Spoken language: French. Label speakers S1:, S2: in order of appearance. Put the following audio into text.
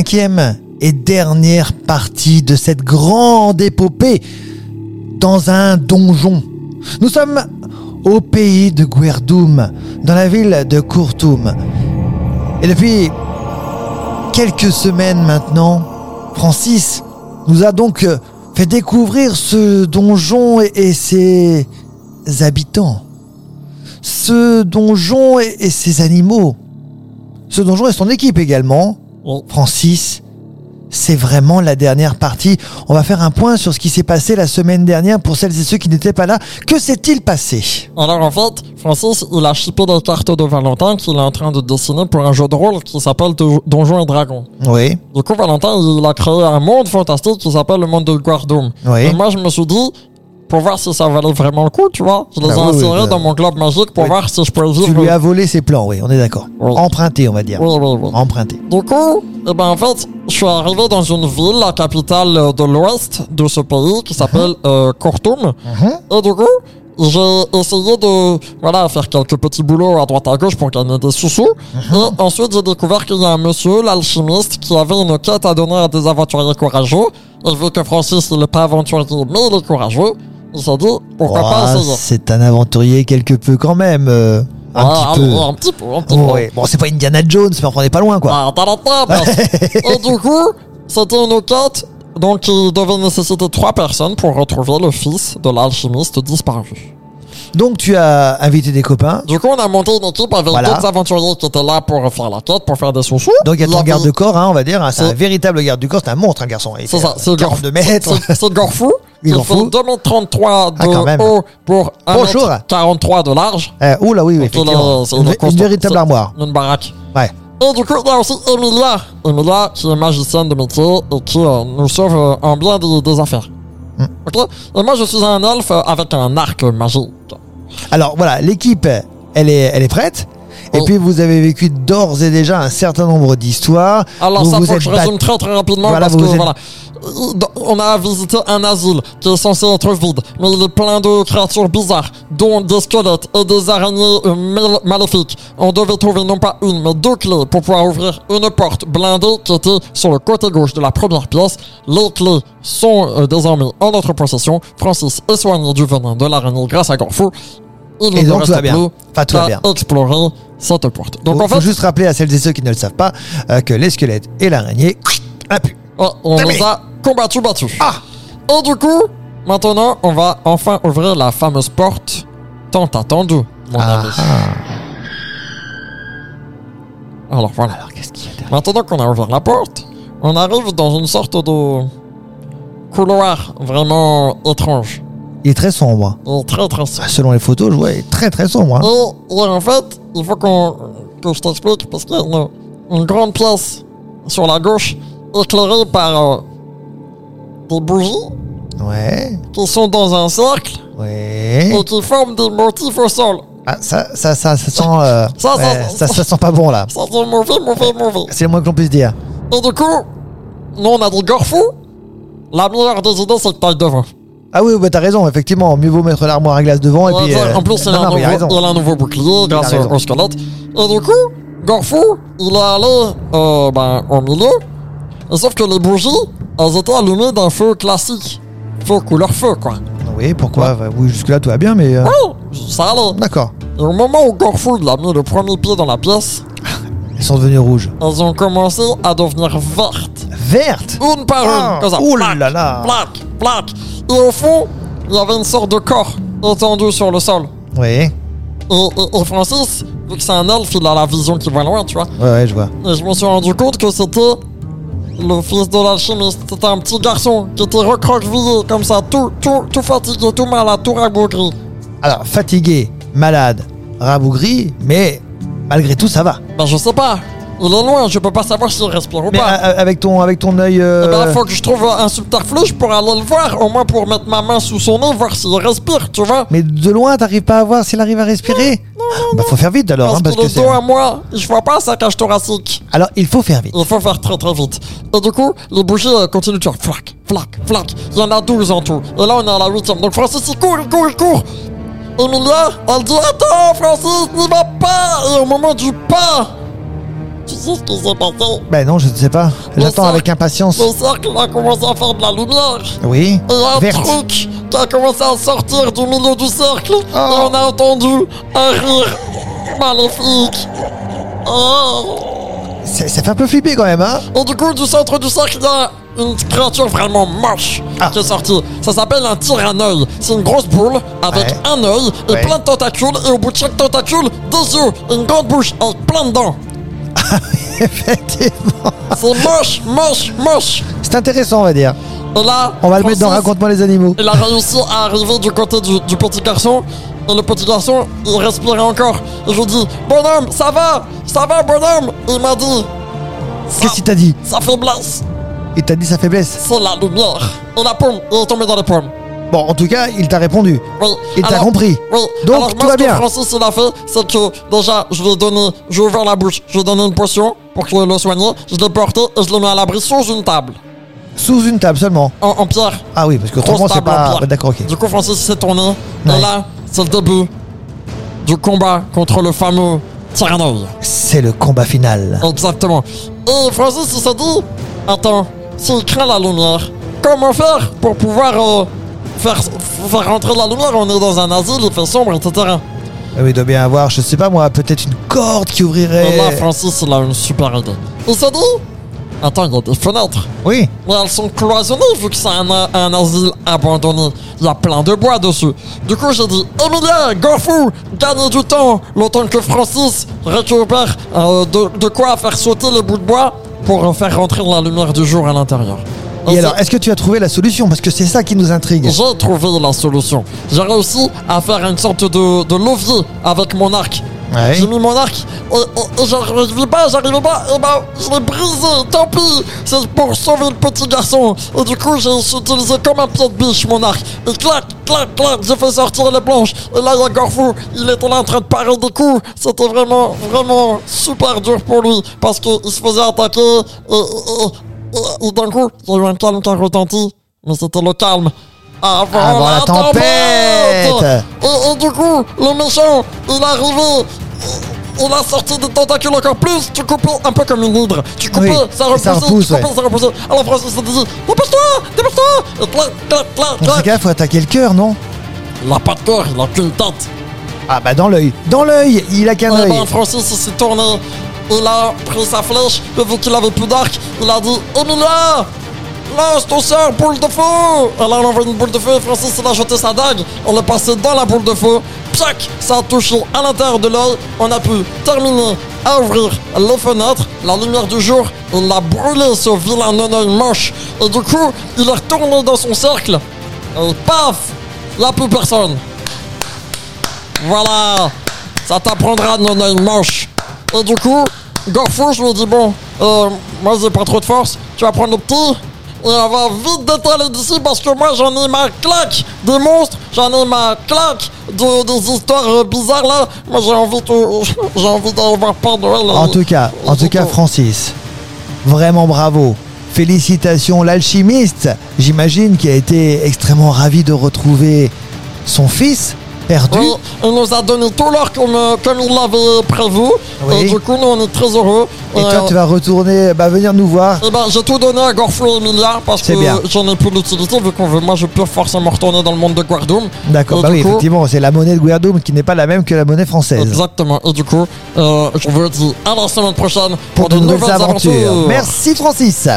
S1: Cinquième et dernière partie de cette grande épopée dans un donjon. Nous sommes au pays de Guerdoum, dans la ville de Kourtoum. Et depuis quelques semaines maintenant, Francis nous a donc euh, fait découvrir ce donjon et, et ses habitants. Ce donjon et, et ses animaux. Ce donjon et son équipe également.
S2: Oh.
S1: Francis, c'est vraiment la dernière partie. On va faire un point sur ce qui s'est passé la semaine dernière pour celles et ceux qui n'étaient pas là. Que s'est-il passé
S2: Alors en fait, Francis, il a chipé des cartes de Valentin qu'il est en train de dessiner pour un jeu de rôle qui s'appelle Do- Donjons et Dragons.
S1: Oui,
S2: Du coup, Valentin, il a créé un monde fantastique qui s'appelle le monde de Guardum.
S1: oui.
S2: Et moi, je me suis dit, pour voir si ça valait vraiment le coup, tu vois, je les
S1: Bah
S2: ai
S1: oui, oui,
S2: insérés
S1: bah-
S2: dans mon globe magique pour
S1: Oui.
S2: voir si je pouvais vivre.
S1: Tu lui as volé ses plans, oui, on est d'accord.
S2: Oui.
S1: Emprunté, on va dire.
S2: Oui, oui, oui.
S1: Emprunté.
S2: Du coup, eh ben, en fait, je suis arrivé dans une ville, la capitale euh, de l'ouest de ce pays, qui s'appelle
S1: Uh-huh.
S2: euh, Khartoum. Et du coup, j'ai essayé de voilà, faire quelques petits boulots à droite à gauche pour gagner des sous-sous.
S1: Uh-huh.
S2: Et ensuite, j'ai découvert qu'il y a un monsieur, l'alchimiste, qui avait une quête à donner à des aventuriers courageux. Et vu que Francis, il n'est pas aventurier, mais il est courageux, il s'est dit, pourquoi pas
S1: Oh,
S2: essayer
S1: c'est un aventurier quelque peu quand même. euh, un
S2: Ah,
S1: petit peu.
S2: un petit peu, un petit peu.
S1: Ouais. Bon, c'est pas Indiana Jones, mais enfin, on est pas loin, quoi.
S2: Ah, t'as la table. hein. Et du coup, c'était une quête. Donc, il devait nécessiter trois personnes pour retrouver le fils de l'alchimiste disparu. Ah.
S1: Donc, tu as invité des copains.
S2: Du coup, on a monté une équipe avec
S1: Voilà.
S2: d'autres aventuriers qui étaient là pour faire la quête, pour faire des sous-sous.
S1: Donc, il y a ton garde de corps, hein, on va dire. hein, c'est
S2: C'est-
S1: un véritable garde du corps, c'est un monstre, un garçon. Il
S2: C'est
S1: fait,
S2: ça,
S1: euh,
S2: c'est le gorf-
S1: 42 mètres.
S2: c'est- C'est le gorfou.
S1: Il est
S2: Il fait
S1: gorfou.
S2: 2m33 de
S1: Ah, quand même.
S2: haut pour
S1: Bonjour.
S2: 1m43 de large.
S1: Euh, oula, oui, oui,
S2: Donc, il est-
S1: effectivement.
S2: c'est
S1: Une,
S2: une
S1: une
S2: costaud-
S1: véritable
S2: c'est-
S1: armoire.
S2: Une baraque.
S1: Ouais.
S2: Et du coup, il y a aussi Emilia. Emilia, qui est magicienne de métier et qui euh, nous sauve euh, en bien des, des affaires. Ok Et moi, je suis un elfe euh, avec un arc magique.
S1: Alors voilà, l'équipe, elle est, elle est prête. Et
S2: Oh.
S1: puis vous avez vécu d'ores et déjà un certain nombre d'histoires.
S2: Alors,
S1: vous
S2: ça,
S1: vous
S2: Ah, faut que
S1: êtes
S2: je
S1: bat-
S2: résume très très rapidement
S1: Voilà,
S2: parce
S1: vous
S2: que,
S1: vous êtes-
S2: voilà. Euh, dans- On a visité un asile qui est censé être vide, mais il est plein de créatures bizarres, dont des squelettes et des araignées euh, mal- maléfiques. On devait trouver non pas une, mais deux clés pour pouvoir ouvrir une porte blindée qui était sur le côté gauche de la première pièce. Les clés sont euh, désormais en notre possession. Francis est soigné du venin de l'araignée grâce à Gorfou. Il ne
S1: Et
S2: nous
S1: donc, tout
S2: reste
S1: va bien.
S2: plus
S1: Enfin, tout va
S2: qu'à
S1: bien.
S2: explorer cette porte. Donc,
S1: Faut,
S2: en
S1: faut
S2: fait,
S1: juste rappeler à celles et ceux qui ne le savent pas euh, que les squelettes et l'araignée, a pu.
S2: oh, on
S1: Terminé.
S2: les a combattus, battus.
S1: Ah
S2: Et du coup, maintenant, on va enfin ouvrir la fameuse porte tant attendue, mon
S1: Ah.
S2: ami. Alors voilà.
S1: Alors qu'est-ce qu'il y a derrière
S2: Maintenant qu'on a ouvert la porte, on arrive dans une sorte de couloir vraiment étrange
S1: Il est très sombre.
S2: et très très sombre.
S1: Bah, Selon les photos, je vois, il est très très sombre. hein.
S2: Et, et en fait, il faut qu'on, que je t'explique parce qu'il y a une, une grande pièce sur la gauche éclairée par euh, des bougies
S1: Ouais,
S2: qui sont dans un cercle
S1: ouais.
S2: et qui forment des motifs au sol.
S1: Ah, ça, ça, ça, ça sent. euh,
S2: Ça, ça-
S1: ouais,
S2: ça-
S1: ça, ça sent pas bon là.
S2: Ça c'est mauvais, mauvais, mauvais.
S1: C'est le moins que l'on puisse dire.
S2: Et du coup, nous on a des gorfous. La meilleure des idées, c'est que t'ailles devant.
S1: Ah oui, bah t'as raison, effectivement. Mieux vaut mettre l'armoire à glace devant et puis.
S2: Ouais,
S1: euh,
S2: en plus, il,
S1: non,
S2: a
S1: non, mais il a
S2: un
S1: raison.
S2: nouveau, il a un nouveau bouclier grâce
S1: raison.
S2: au squelette. Et du coup, Gorfou, il est allé euh, ben, au milieu. Et sauf que les bougies, elles étaient allumées d'un feu classique. Feu couleur feu, quoi.
S1: Oui, pourquoi Bah, Oui, jusque-là tout va bien, mais. euh,
S2: Oh, ça allait.
S1: D'accord.
S2: Et au moment où Gorfou il a mis le premier pied dans la pièce,
S1: Elles sont devenues rouges.
S2: elles ont commencé à devenir vertes.
S1: Verte
S2: une par
S1: Ah,
S2: une, comme ça.
S1: ouh
S2: plaque,
S1: là là.
S2: Plaque, plaque. Et au fond, il y avait une sorte de corps étendu sur le sol.
S1: Oui,
S2: Et, et- et Francis, vu que c'est un elfe, il a la vision qui va loin, tu vois.
S1: ouais, ouais, je vois.
S2: Et je me suis rendu compte que c'était le fils de l'alchimiste. C'était un petit garçon qui était recroquevillé, comme ça, tout, tout, tout fatigué, tout malade, tout rabougri.
S1: Alors, fatigué, malade, rabougri, mais malgré tout, ça va.
S2: Ben, je sais pas. Il est loin, je peux pas savoir s'il respire ou
S1: Mais euh,
S2: pas.
S1: a- a- avec ton, avec ton œil. euh,
S2: Eh ben, Bah. faut que je trouve un subterfuge pour aller le voir, au moins pour mettre ma main sous son nez, voir s'il respire, tu vois.
S1: Mais de loin, t'arrives pas à voir s'il arrive à respirer Bah, faut faire vite alors,
S2: Parce
S1: hein, parce
S2: que
S1: que
S2: le
S1: c'est.
S2: dos hein. Oh. à moi, je vois pas sa cage thoracique.
S1: Alors, il faut faire vite.
S2: Il faut faire très très vite. Et du coup, les bougies euh, continuent de faire flac, flac, flac. Il y en a 12 en tout. Et là, on est à la 8 Donc Francis, il court, il court, il court. Emilia, elle dit Attends, Francis, n'y va pas. Et au moment du pas, Tu sais ce qui s'est passé
S1: Ben non, je ne sais pas.
S2: Le
S1: J'attends
S2: cercle-
S1: avec impatience.
S2: Le cercle a commencé à faire de la lumière.
S1: Oui.
S2: Et un
S1: Verte.
S2: truc qui a commencé à sortir du milieu du cercle. Et
S1: Oh.
S2: on a entendu un rire maléfique. Oh.
S1: Ça, ça fait un peu flipper quand même, hein
S2: Et du coup, du centre du cercle, il y a une créature vraiment moche
S1: Ah.
S2: qui est sortie. Ça s'appelle un tyranneuil. C'est une grosse boule avec
S1: Ouais.
S2: un œil et
S1: Ouais.
S2: plein de tentacules. Et au bout de chaque tentacule, des yeux, une grande bouche avec plein de dents.
S1: Effectivement.
S2: C'est moche, moche, moche.
S1: C'est intéressant, on va dire.
S2: Et là,
S1: On va le mettre dans
S2: Francis,
S1: Raconte-moi les animaux.
S2: Il a réussi à arriver du côté du, du petit garçon. Et le petit garçon, il respirait encore. Et je lui dis Bonhomme, ça va Ça va, bonhomme Il m'a dit
S1: Qu'est-ce qu'il t'a dit
S2: Sa faiblesse,
S1: Il t'a dit sa faiblesse.
S2: c'est la lumière. Et la pomme, il est tombé dans les pommes.
S1: Bon, en tout cas, il t'a répondu.
S2: Oui.
S1: Il t'a
S2: Alors-
S1: compris.
S2: Oui.
S1: Donc,
S2: Alors,
S1: tout
S2: moi,
S1: va
S2: ce que
S1: bien.
S2: Francis, il a fait, c'est que, déjà, je lui ai donné, j'ai ouvert la bouche, je lui ai donné une potion pour qu'il le soigne, je l'ai porté et je l'ai mis à l'abri sous une table,
S1: Sous une table seulement.
S2: en, en pierre.
S1: Ah oui, parce que
S2: Grosse
S1: autrement, c'est
S2: table en
S1: pas.
S2: pierre.
S1: Ouais, D'accord, ok.
S2: Du coup, Francis s'est tourné,
S1: Ouais.
S2: et là, c'est le début du combat contre le fameux Tyrannoid.
S1: C'est le combat final.
S2: Oh. Exactement. Et Francis, il s'est dit, attends, s'il craint la lumière, comment faire pour pouvoir euh, faire, faire rentrer la lumière On est dans un asile, il fait sombre, etc.
S1: Ah oui, il doit bien avoir, je sais pas moi, peut-être une corde qui
S2: Et là,
S1: ouvrirait.
S2: Francis, il a une super idée. Il s'est dit Attends, il y a des fenêtres,
S1: Oui.
S2: mais elles sont cloisonnées vu que c'est un, un asile abandonné. Il y a plein de bois dessus. Du coup, j'ai dit Emilia, go fou, gagnez du temps le temps que Francis récupère euh, de, de quoi faire sauter les bouts de bois pour euh, faire rentrer la lumière du jour à l'intérieur.
S1: Et
S2: Et
S1: alors,
S2: c'est-
S1: est-ce que tu as trouvé la solution Parce que c'est ça qui nous intrigue.
S2: j'ai trouvé la solution. J'ai réussi à faire une sorte de, de levier avec mon arc.
S1: Ouais.
S2: J'ai mis mon arc Oh, et, et- et j'arrivais pas, j'arrivais pas, et ben je l'ai brisé, tant pis, c'est pour sauver le petit garçon. Et du coup j'ai utilisé comme un pied de biche mon arc. Et clac, clac, clac, j'ai fait sortir les planches. Et là il y a Gorfou, il était là en train de parer des coups. C'était vraiment, vraiment super dur pour lui parce qu'il se faisait attaquer et, et- et- et d'un coup il y a eu un calme qui a retenti. Mais c'était le calme. Avant,
S1: Avant la tempête.
S2: et, et du coup, le méchant, il est arrivé. Il a sorti des tentacules encore plus. Tu coupes un peu comme une hydre. Tu coupes,
S1: Oui,
S2: ça
S1: et
S2: repousse.
S1: ça repousse,
S2: tu coupes,
S1: ouais.
S2: ça repousse. Alors Francis s'est dit Dépêche-toi Dépêche-toi Et clac, clac, clac,
S1: Bon,
S2: clac.
S1: c'est gaffe, faut attaquer le cœur, non
S2: Il a pas de corps, il a qu'une tête.
S1: Ah bah dans l'œil. Dans l'œil, il a qu'un
S2: Et
S1: œil.
S2: ben Francis, il s'est tourné. Il a pris sa flèche. Et vu qu'il avait plus d'arc, il a dit oh, Emilia Lance ton sort, boule de feu Elle a envoyé une boule de feu et Francis il a jeté sa dague. On est passé dans la boule de feu. Piac Ça a touché à l'intérieur de l'œil. On a pu terminer à ouvrir les fenêtres. La lumière du jour, il a brûlé ce vilain non-œil moche. Et du coup, il est retourné dans son cercle. Et paf Il n'y a plus personne. Voilà Ça t'apprendra non-œil moche. Et du coup, Gorfou, je lui dis bon, euh, moi j'ai pas trop de force, tu vas prendre le petit et on va vite détaler d'ici parce que moi j'en ai ma claque des monstres, j'en ai ma claque de- des histoires euh, bizarres là. Moi j'ai envie de, j'ai envie d'avoir peur de elle.
S1: En tout cas,
S2: euh,
S1: en tout cas, Francis, vraiment bravo. Félicitations, l'alchimiste. J'imagine qu'il a été extrêmement ravi de retrouver son fils perdu.
S2: Oui, Euh, il nous a donné tout l'or comme, euh, comme il l'avait prévu.
S1: Oui.
S2: Et du coup, nous on est très heureux.
S1: Et toi,
S2: Euh,
S1: tu vas retourner, bah, venir nous voir.
S2: Eh ben, j'ai tout donné à Gorfou et Emilia parce que
S1: C'est bien.
S2: j'en ai plus d'utilité vu qu'on veut. Moi, je peux forcément retourner dans le monde de Guardoum.
S1: D'accord,
S2: Et
S1: bah
S2: du
S1: oui,
S2: coup-
S1: effectivement, c'est la monnaie de Guerdoum qui n'est pas la même que la monnaie française.
S2: Exactement. Et du coup, euh, je vous dis à la semaine prochaine
S1: Pour de nouvelles aventures.
S2: aventures.
S1: Merci, Francis.